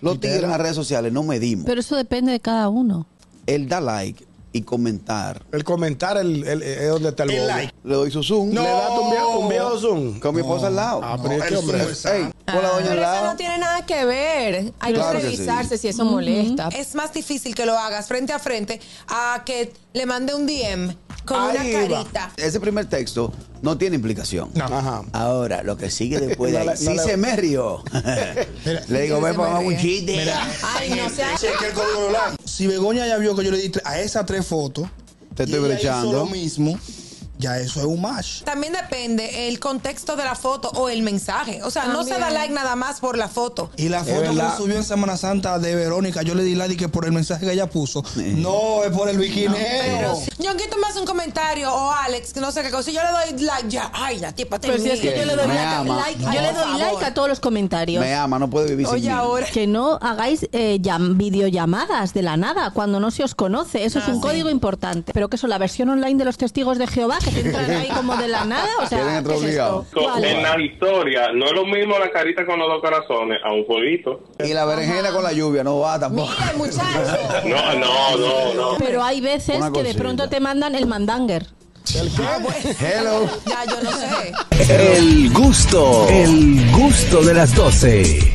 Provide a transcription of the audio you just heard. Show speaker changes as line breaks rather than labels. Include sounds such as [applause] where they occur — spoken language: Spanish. Los tigres en las redes sociales no medimos.
Pero eso depende de cada uno.
Él da like y comentar.
El comentar el, el- eh, es donde está el,
El
bobo.
like.
Le doy su zoom.
No.
Le das un viejo, un viejo zoom.
Con mi esposa al lado.
Ah, pero es
No,
que,
el
hombre.
zoom es-
Ey, con la doña al
Ah, Pero eso
lado.
no tiene nada que ver. Hay
Claro que
que
sí.
revisarse si eso molesta.
Es más difícil que lo hagas frente a frente a que le mande un DM con
Ahí
una
va.
carita.
Ese primer texto no tiene implicación.
No.
Ajá.
Ahora, lo que sigue después de
No
ahí.
la-
sí
no la-
se me
[laughs]
rió. le digo,
Sí
ve
se
para
me
un
ríe.
chiste.
Ay, no sea.
Cheque el código de like. Si Begoña ya vio que yo le di tre- a esas tres fotos.
Te
y
estoy
ella
brechando.
hizo lo mismo. Ya eso es un match.
También depende el contexto de la foto o el mensaje. O sea, no se da
También.
like nada más por la foto.
Y la foto que
verdad.
subió en Semana Santa de Verónica, yo le di like que por el mensaje que ella puso.
Eh.
No, es por el bikineo.
Ñonguito me hace un comentario o Alex, que no sé qué cosa. y Yo le doy like ya. Ay, la tipa te
Pero si es que
mira.
yo le doy
Me
like,
ama.
like-
No,
yo le
por
doy like
favor.
a todos los comentarios.
Me ama, no puede vivir sin
Oye,
mí.
ahora.
Que no hagáis eh, llam- videollamadas de la nada cuando no se os conoce. Eso es un código importante. Pero que eso, la versión online de los testigos de Jehová, que te entran ahí como de la nada. O
Quieren
sea,
entrar
¿qué es
obligados.
esto? Vale.
En la historia, no es lo mismo la carita con los dos corazones a un fueguito.
Y la berenjena con la lluvia no va tampoco.
Mire, muchacho.
No, no, no, no.
Pero hay veces
Una
que de
cosita.
pronto te mandan el mandanger.
[laughs] Hello.
Ya, yo no sé.
El gusto, el gusto de las doce.